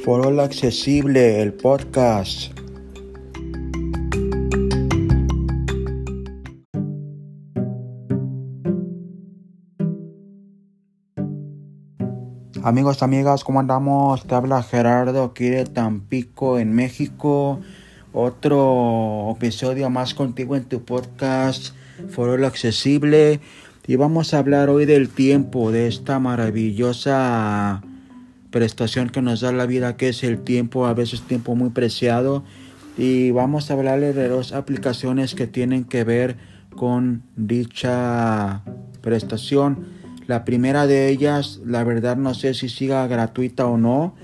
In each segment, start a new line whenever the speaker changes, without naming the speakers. Forola Accesible, el podcast. Amigos, amigas, ¿cómo andamos? Te habla Gerardo aquí de Tampico, en México. Otro episodio más contigo en tu podcast, Forola Accesible. Y vamos a hablar hoy del tiempo, de esta maravillosa prestación que nos da la vida, que es el tiempo, a veces tiempo muy preciado. Y vamos a hablarle de dos aplicaciones que tienen que ver con dicha prestación. La primera de ellas, la verdad no sé si siga gratuita o no,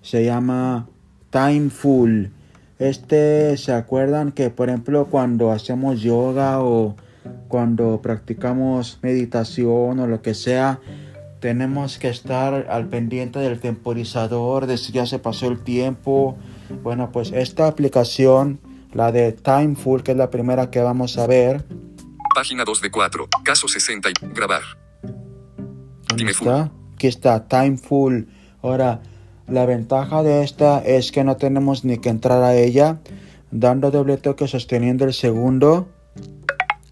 se llama Timeful. Este, ¿se acuerdan que por ejemplo cuando hacemos yoga o cuando practicamos meditación o lo que sea, tenemos que estar al pendiente del temporizador, de si ya se pasó el tiempo. Bueno, pues esta aplicación, la de Timeful, que es la primera que vamos a ver.
Página 2 de 4, caso 60, y- grabar.
¿Dónde
Timeful.
está? Aquí está Timeful. Ahora, la ventaja de esta es que no tenemos ni que entrar a ella. Dando doble toque sosteniendo el segundo.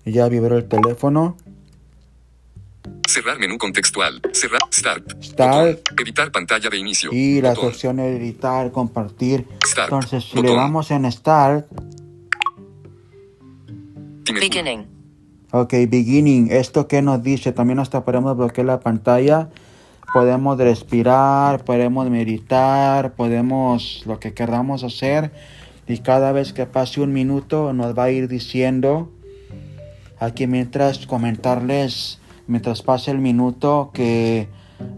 Ya vibró el teléfono.
Cerrar menú contextual. Cerrar. Start.
Start.
Botón. Evitar pantalla de inicio.
Y las
Botón.
opciones de editar, compartir.
Start.
Entonces, si le
Botón.
damos en Start,
Timeful.
Beginning.
Ok, beginning. ¿Esto que nos dice? También hasta podemos bloquear la pantalla. Podemos respirar, podemos meditar, podemos lo que queramos hacer. Y cada vez que pase un minuto nos va a ir diciendo. Aquí mientras comentarles, mientras pase el minuto, que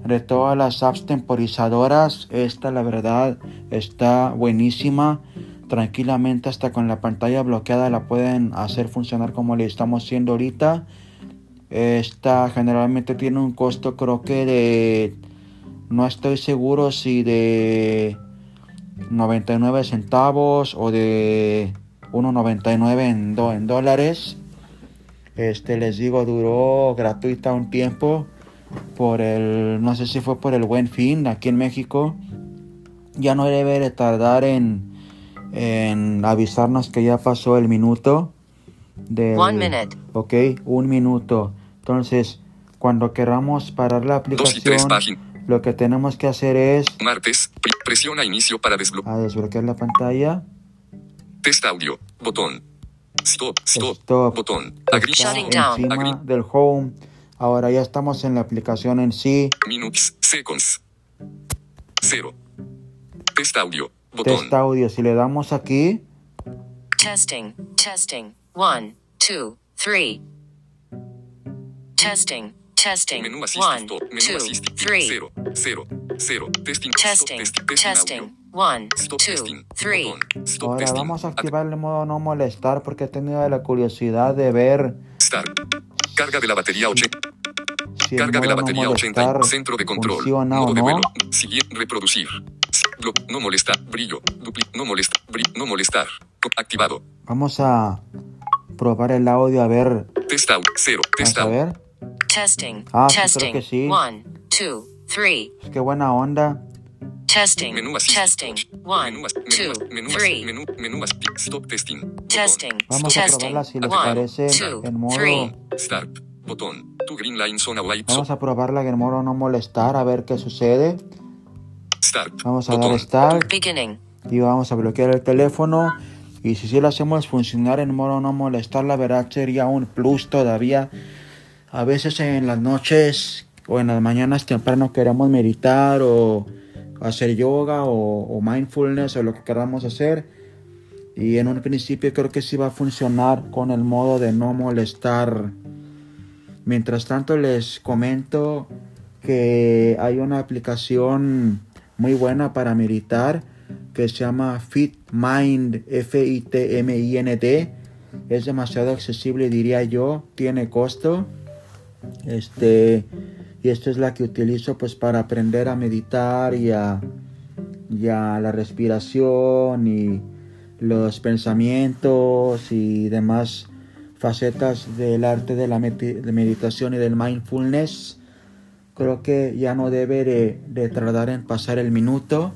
de todas las apps temporizadoras, esta la verdad está buenísima. Tranquilamente hasta con la pantalla bloqueada la pueden hacer funcionar como le estamos haciendo ahorita. Esta generalmente tiene un costo creo que de... No estoy seguro si de 99 centavos o de 1.99 en, do- en dólares. Este, les digo, duró gratuita un tiempo por el, no sé si fue por el buen fin aquí en México. Ya no debe de tardar en, en avisarnos que ya pasó el minuto. Del,
One minute.
Ok, un minuto. Entonces, cuando queramos parar la
Dos y tres
aplicación,
páginas.
lo que tenemos que hacer es
Martes. Pri- Presiona inicio para desbloquear.
a desbloquear la pantalla.
Test audio. Botón. Stop. Stop.
Stop.
Botón. Agri.
Está
Shutting down.
encima
Agri.
del home. Ahora ya estamos en la aplicación en sí.
Minutes. Seconds. Cero. Test audio. Botón.
Test este audio. Si le damos aquí,
Testing. Testing. One, two, three. Testing. Testing.
Menú
One,
assist. Stop. Menú
two,
assist.
three.
Cero. Cero. Cero. Testing.
Testing.
Stop. Testing. Testing.
Testing.
audio.
One,
Stop.
two,
testing.
three.
Botón. Stop.
ahora
testing.
vamos a
Act-
activar el modo no molestar porque he tenido la curiosidad de ver
Start. Carga de la batería 80.
si el
Carga de la
modo no
batería 80.
molestar
Centro de control.
funciona
Modo
o
de
no.
vuelo. Sigue- Reproducir. S- blo- No molesta. Brillo. Dupli. No molesta. bri- No molestar. Co- Activado.
Vamos a probar el audio a ver.
Test out. Cero.
Vamos
Test
a
out.
ver.
Testing.
Ah, sí, creo
testing.
que sí.
One, two, three.
Es que Pues buena onda.
Testing.
Menú así.
Testing. One,
menú, as-
two,
menú, as- menú, as-
three.
menú, menú as- Stop testing. Botón.
Testing.
Vamos a
Testing.
probarla si les
One,
parece
two,
en modo.
three.
Start. Botón. Tu green line zona white.
Vamos a probarla en el modo no molestar a ver qué sucede.
Start.
Vamos a dar
Botón.
start.
Beginning.
y vamos a bloquear el teléfono. Y si sí lo hacemos funcionar en modo no molestar, la verdad sería un plus todavía. A veces en las noches o en las mañanas temprano queremos meditar o hacer yoga o, o mindfulness o lo que queramos hacer. Y en un principio creo que sí va a funcionar con el modo de no molestar. Mientras tanto les comento que hay una aplicación muy buena para meditar que se llama FitMind, F-I-T-M-I-N-D. Es demasiado accesible, diría yo, tiene costo. Este, y esta es la que utilizo pues para aprender a meditar y a, y a la respiración y los pensamientos y demás facetas del arte de la meti- de meditación y del mindfulness. Creo que ya no debe de, de tardar en pasar el minuto.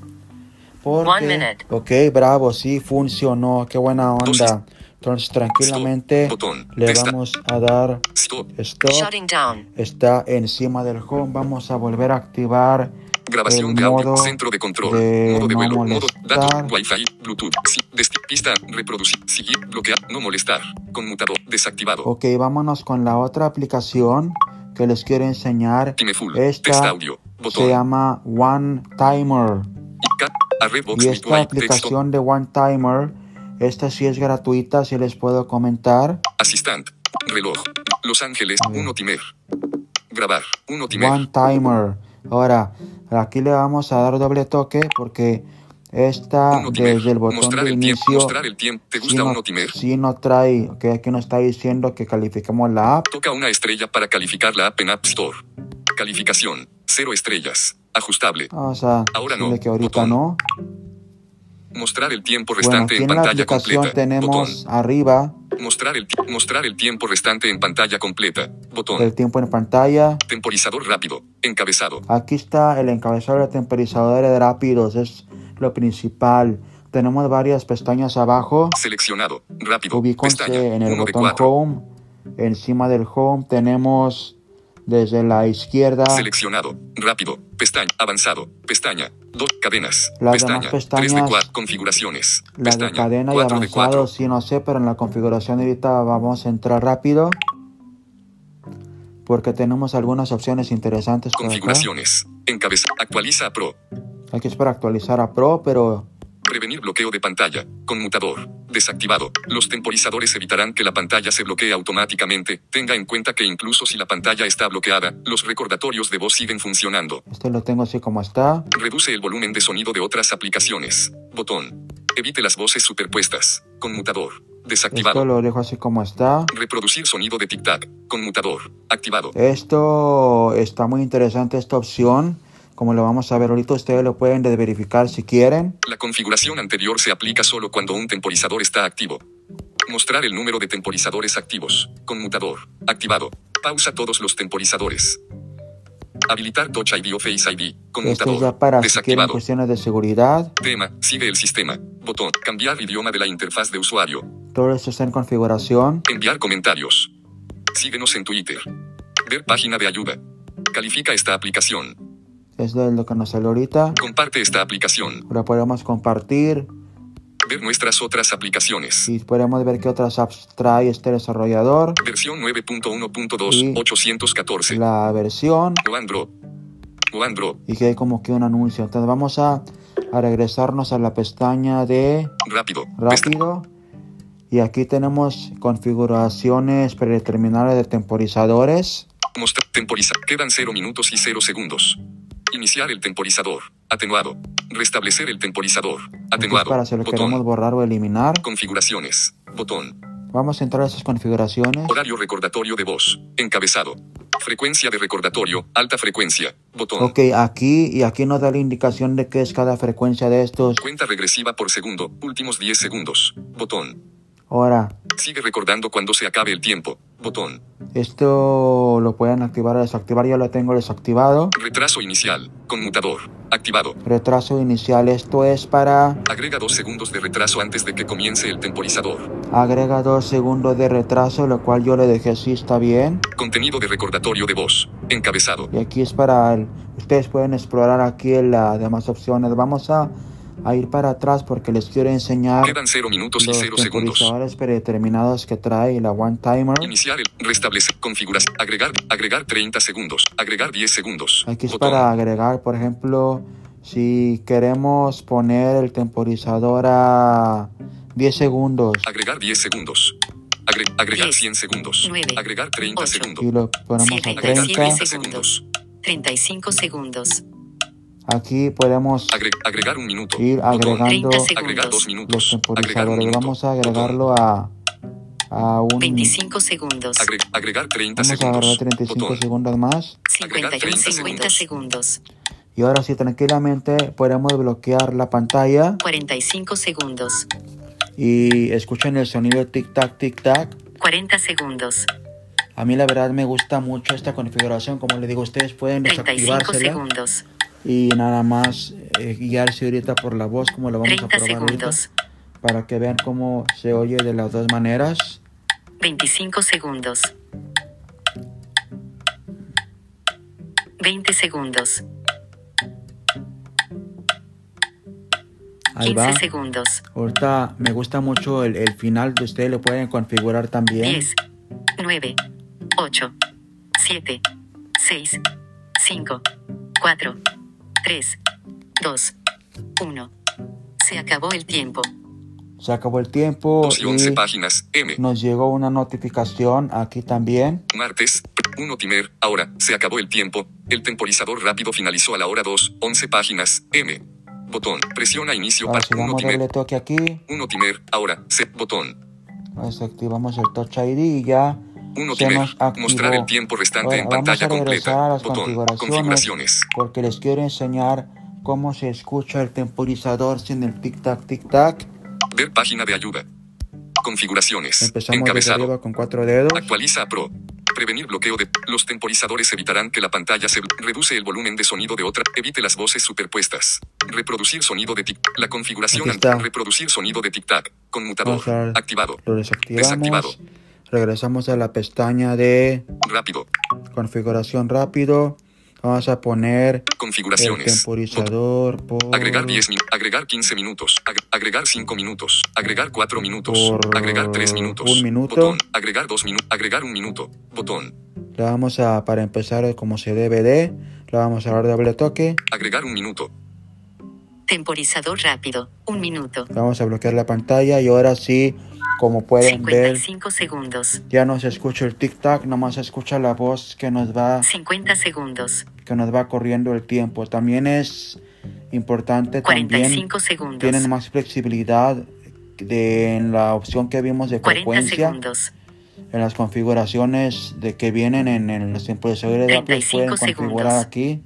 One
porque...
minute.
Ok, bravo, sí, funcionó. Qué buena
Dosis.
onda. Entonces, tranquilamente
Botón.
le
Testa.
vamos a dar
Stop.
stop.
Shutting down.
Está encima del home. Vamos a volver a activar
Grabación
el
de audio.
modo
Centro de control.
de
modo de
no
vuelo. Modo.
molestar.
Datos. Wi-Fi. Bluetooth. Sí, desti- pista. Reproducir. Seguir. Bloquear. No molestar. Conmutador. Desactivado.
Ok, vámonos con la otra aplicación que les quiero enseñar.
Timefull. Text
Esta
audio.
se
Botón.
llama One Timer.
Y cap. Arrebox.
Y esta
Virtual. Texto.
aplicación de One Timer, esta sí es gratuita, si les puedo comentar.
Asistant. Reloj. Los Ángeles. 1 timer. Grabar. 1 timer.
One Timer. Ahora, aquí le vamos a dar doble toque porque esta
Uno timer.
desde el botón
mostrar
de
el tiempo.
inicio
Mostrar el tiempo. ¿Te
sí
gusta
no,
uno timer?
sí no trae, que aquí nos está diciendo que calificamos la app.
Toca una estrella para calificar la app en App Store. Calificación. 0 estrellas. Ajustable.
Ah, O sea,
Ahora
decirle
no,
que ahorita
botón.
no.
Mostrar el tiempo
Bueno,
restante
aquí en
en
la
pantalla
aplicación
completa.
tenemos arriba
Botón. Mostrar el, ti- mostrar el tiempo restante en pantalla completa. Botón.
el tiempo en pantalla.
Temporizador rápido. Encabezado.
Aquí está el encabezado de temporizadores de rápidos, es lo principal. Tenemos varias pestañas abajo.
Seleccionado. Rápido. Pestaña.
Ubíquense en el
1 de
botón
4.
Home. Encima del Home tenemos desde la izquierda
Seleccionado. Rápido. Pestaña. Avanzado. Pestaña. Dos cadenas.
Las
pestaña.
demás
3 de
pestañas-
4. Configuraciones.
la de
Pestaña.
cadena y
4 Este de 4.
avanzado. Si no sé, pero en la configuración ahorita vamos a entrar rápido. Porque tenemos algunas opciones interesantes por acá.
Configuraciones. Encabeza. Actualiza a Pro.
Aquí es para actualizar a Pro, pero
Prevenir bloqueo de pantalla. Conmutador. Desactivado. Los temporizadores evitarán que la pantalla se bloquee automáticamente. Tenga en cuenta que incluso si la pantalla está bloqueada, los recordatorios de voz siguen funcionando.
este lo tengo así como está.
Reduce el volumen de sonido de otras aplicaciones. Botón. Evite las voces superpuestas. Conmutador.
Esto
Desactivado.
lo dejo así como está.
Reproducir sonido de tic-tac. Conmutador. Activado.
Esto está muy interesante, esta opción. Como lo vamos a ver ahorita, ustedes lo pueden verificar si quieren.
La configuración anterior se aplica solo cuando un temporizador está activo. Mostrar el número de temporizadores activos. Conmutador. Activado. Pausa todos los temporizadores. Habilitar Touch ID o Face ID.
Esto
Conmutador.
es ya para si quieren pues.
Desactivado.
cuestiones de seguridad.
Tema. Sigue el sistema. Botón. Cambiar idioma de la interfaz de usuario.
Todo esto está en configuración.
Enviar comentarios. Síguenos en Twitter. Ver página de ayuda. Califica esta aplicación.
Es de lo que nos salió ahorita.
Comparte esta aplicación.
Ahora podemos compartir
Ver nuestras otras aplicaciones.
y podemos ver qué otras apps trae este desarrollador.
Versión
Y
9.1.2. 814.
La versión
Oandro. Oandro.
y que hay como que un anuncio. Entonces vamos a, a regresarnos a la pestaña de
Rápido. Pesta-
rápido. Y aquí tenemos configuraciones predeterminadas de temporizadores.
Mostrar. Temporiza. Quedan 0 minutos y 0 segundos. Iniciar el temporizador. Atenuado. Restablecer el temporizador.
Esto es
Atenuado.
para si lo queremos
Botón.
borrar o eliminar.
Configuraciones. Botón.
Vamos a entrar a esas configuraciones.
Horario recordatorio de voz. Encabezado. Frecuencia de recordatorio. Alta frecuencia. Botón.
Ok, aquí y aquí nos da la indicación de qué es cada frecuencia de estos.
Cuenta regresiva por segundo. Últimos 10 segundos. Botón.
Ahora,
Sigue recordando cuando se acabe el tiempo. Botón.
esto lo pueden activar o desactivar. Yo lo tengo desactivado.
Retraso inicial. Conmutador. Activado.
Retraso inicial. Esto es para
Agrega dos segundos de retraso antes de que comience el temporizador.
agrega dos segundos de retraso, lo cual yo le dejé así, está bien.
Contenido de recordatorio de voz. Encabezado.
Y aquí es para el- ustedes pueden explorar aquí las demás opciones. Vamos a, a ir para atrás porque les quiero enseñar
Quedan 0 minutos y
los
0 segundos.
temporizadores predeterminados que trae la One Timer.
Iniciar el. Restablecer. Configuración. Agregar. Agregar 30 segundos. Agregar 10 segundos.
Aquí es
Botón.
para agregar, por ejemplo, si queremos poner el temporizador a 10 segundos
Agregar 10 segundos. Agre- agregar
Diez,
100 segundos.
nueve,
Agregar 30
ocho,
segundos.
y lo ponemos a
siete,
Agregar
30,
30 segundos.
segundos. 35 segundos.
aquí podemos
Agre- agregar un minuto.
ir
Botón.
agregando
30 segundos.
Agregar dos
los
minutos. Agregar un
temporizadores.
minuto.
Vamos a
Botón.
agregarlo a, a un...
25 segundos.
Agre- agregar 30
Vamos a
segundos.
agarrar 35
Botón.
segundos más.
Agregar
51
30
50 segundos.
Y ahora sí, tranquilamente podemos bloquear la pantalla
45 segundos.
y escuchen el sonido tic-tac, tic-tac.
40 segundos.
A mí la verdad me gusta mucho esta configuración. Como les digo, ustedes pueden
35
desactivársela.
segundos.
y nada más eh, guiarse ahorita por la voz como lo vamos a
30
probar ahorita,
segundos.
para que vean cómo se oye de las dos maneras.
25 segundos. 20 segundos.
Ahí
15
va.
segundos.
Ahorita me gusta mucho el, el final de ustedes, lo pueden configurar también.
10, 9, 8, 7, 6, 5, 4, 3, 2, 1. Se acabó el tiempo.
Se acabó el tiempo
2 y 11
y
páginas. M.
nos llegó una notificación aquí también.
Martes, 1 timer, ahora, se acabó el tiempo, el temporizador rápido finalizó a la hora 2, 11 páginas, M. Botón, presiona inicio
Ahora
para
si
1
damos doble
timer,
toque aquí,
1 timer, ahora, set botón,
desactivamos el Touch ID y ya
1
se
timer,
nos activó.
mostrar el tiempo restante
Ahora
en
vamos
pantalla
a regresar a
completa,
las
botón, configuraciones,
porque les quiero enseñar cómo se escucha el temporizador sin el tic-tac, tic-tac.
ver página de ayuda, configuraciones,
Empezamos desde
encabezado,
arriba con cuatro dedos.
Actualiza a Pro. Prevenir bloqueo de los temporizadores evitarán que la pantalla se reduce el volumen de sonido de otra. Evite las voces superpuestas. Reproducir sonido de tic. La configuración
Aquí está.
an- reproducir sonido de tic tac. Conmutador
Vamos a ver.
activado.
Lo
Desactivado.
desactivamos. Regresamos a la pestaña de
Rápido.
configuración rápido. Vamos a poner el
Configuraciones. Bot-
temporizador por...
Agregar 10 minutos. Agregar 15 minutos. Ag- agregar 5 minutos. Agregar 4 minutos.
Por
agregar 3 minutos.
un minuto.
Botón. Agregar 2 minutos. Agregar 1 minuto. Botón.
Le vamos a, para empezar como se debe de, le vamos a dar doble toque.
Agregar 1 minuto.
Temporizador rápido. Un minuto.
Le vamos a bloquear la pantalla y ahora sí, como pueden ver,
55 segundos.
ya no se escucha el tic-tac, nomás se escucha la voz que nos va
50 segundos.
que nos va corriendo el tiempo. También es importante también
45 segundos.
tienen más flexibilidad de en la opción que vimos de
40
frecuencia
segundos.
en las configuraciones de que vienen en, en los temporizadores rápidos
35
pues, pueden configurar
segundos.
aquí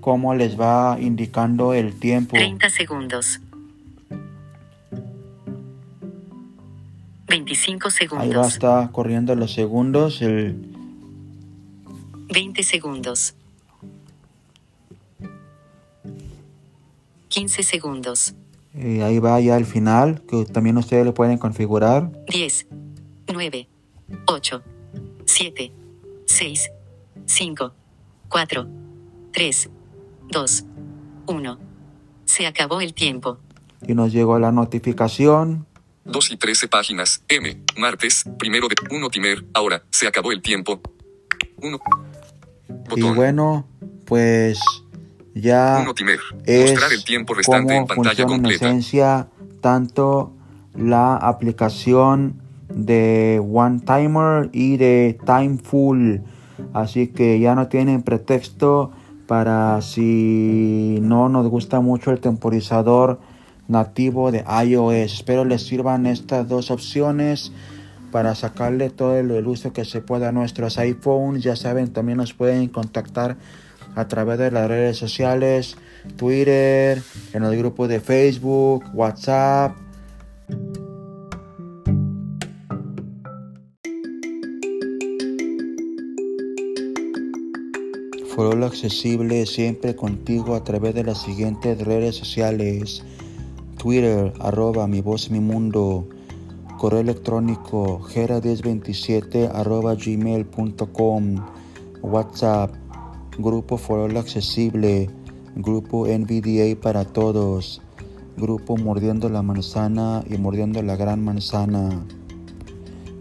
cómo les va indicando el tiempo
30 segundos. 25
ahí va a
segundos.
estar corriendo los segundos el
20 segundos. 15 segundos.
y ahí va ya el final que también ustedes lo pueden configurar
10, 9, 8, 7, 6, 5, 4, 3, 2, 1. Se acabó el tiempo.
y nos llegó la notificación
2 y 13 páginas. M. Martes, primero de 1 Timer. Ahora, se acabó el tiempo. 1.
y
Botón.
bueno pues ya
1 Timer.
es
Mostrar el tiempo restante en
cómo
pantalla
funciona en
completa.
esencia tanto la aplicación de One Timer y de Timeful. Así que ya no tienen pretexto para si no nos gusta mucho el temporizador nativo de iOS. Espero les sirvan estas dos opciones para sacarle todo el, el uso que se pueda a nuestros iPhones. Ya saben, también nos pueden contactar a través de las redes sociales, Twitter, en el grupo de Facebook, WhatsApp. Forola accesible siempre contigo a través de las siguientes redes sociales. Twitter, arroba mi voz, mi mundo. Correo electrónico, gera1027, arroba gmail.com. WhatsApp, Grupo Forola Accesible, Grupo NVDA para todos, Grupo Mordiendo la Manzana y Mordiendo la Gran Manzana,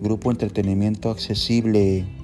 Grupo Entretenimiento Accesible.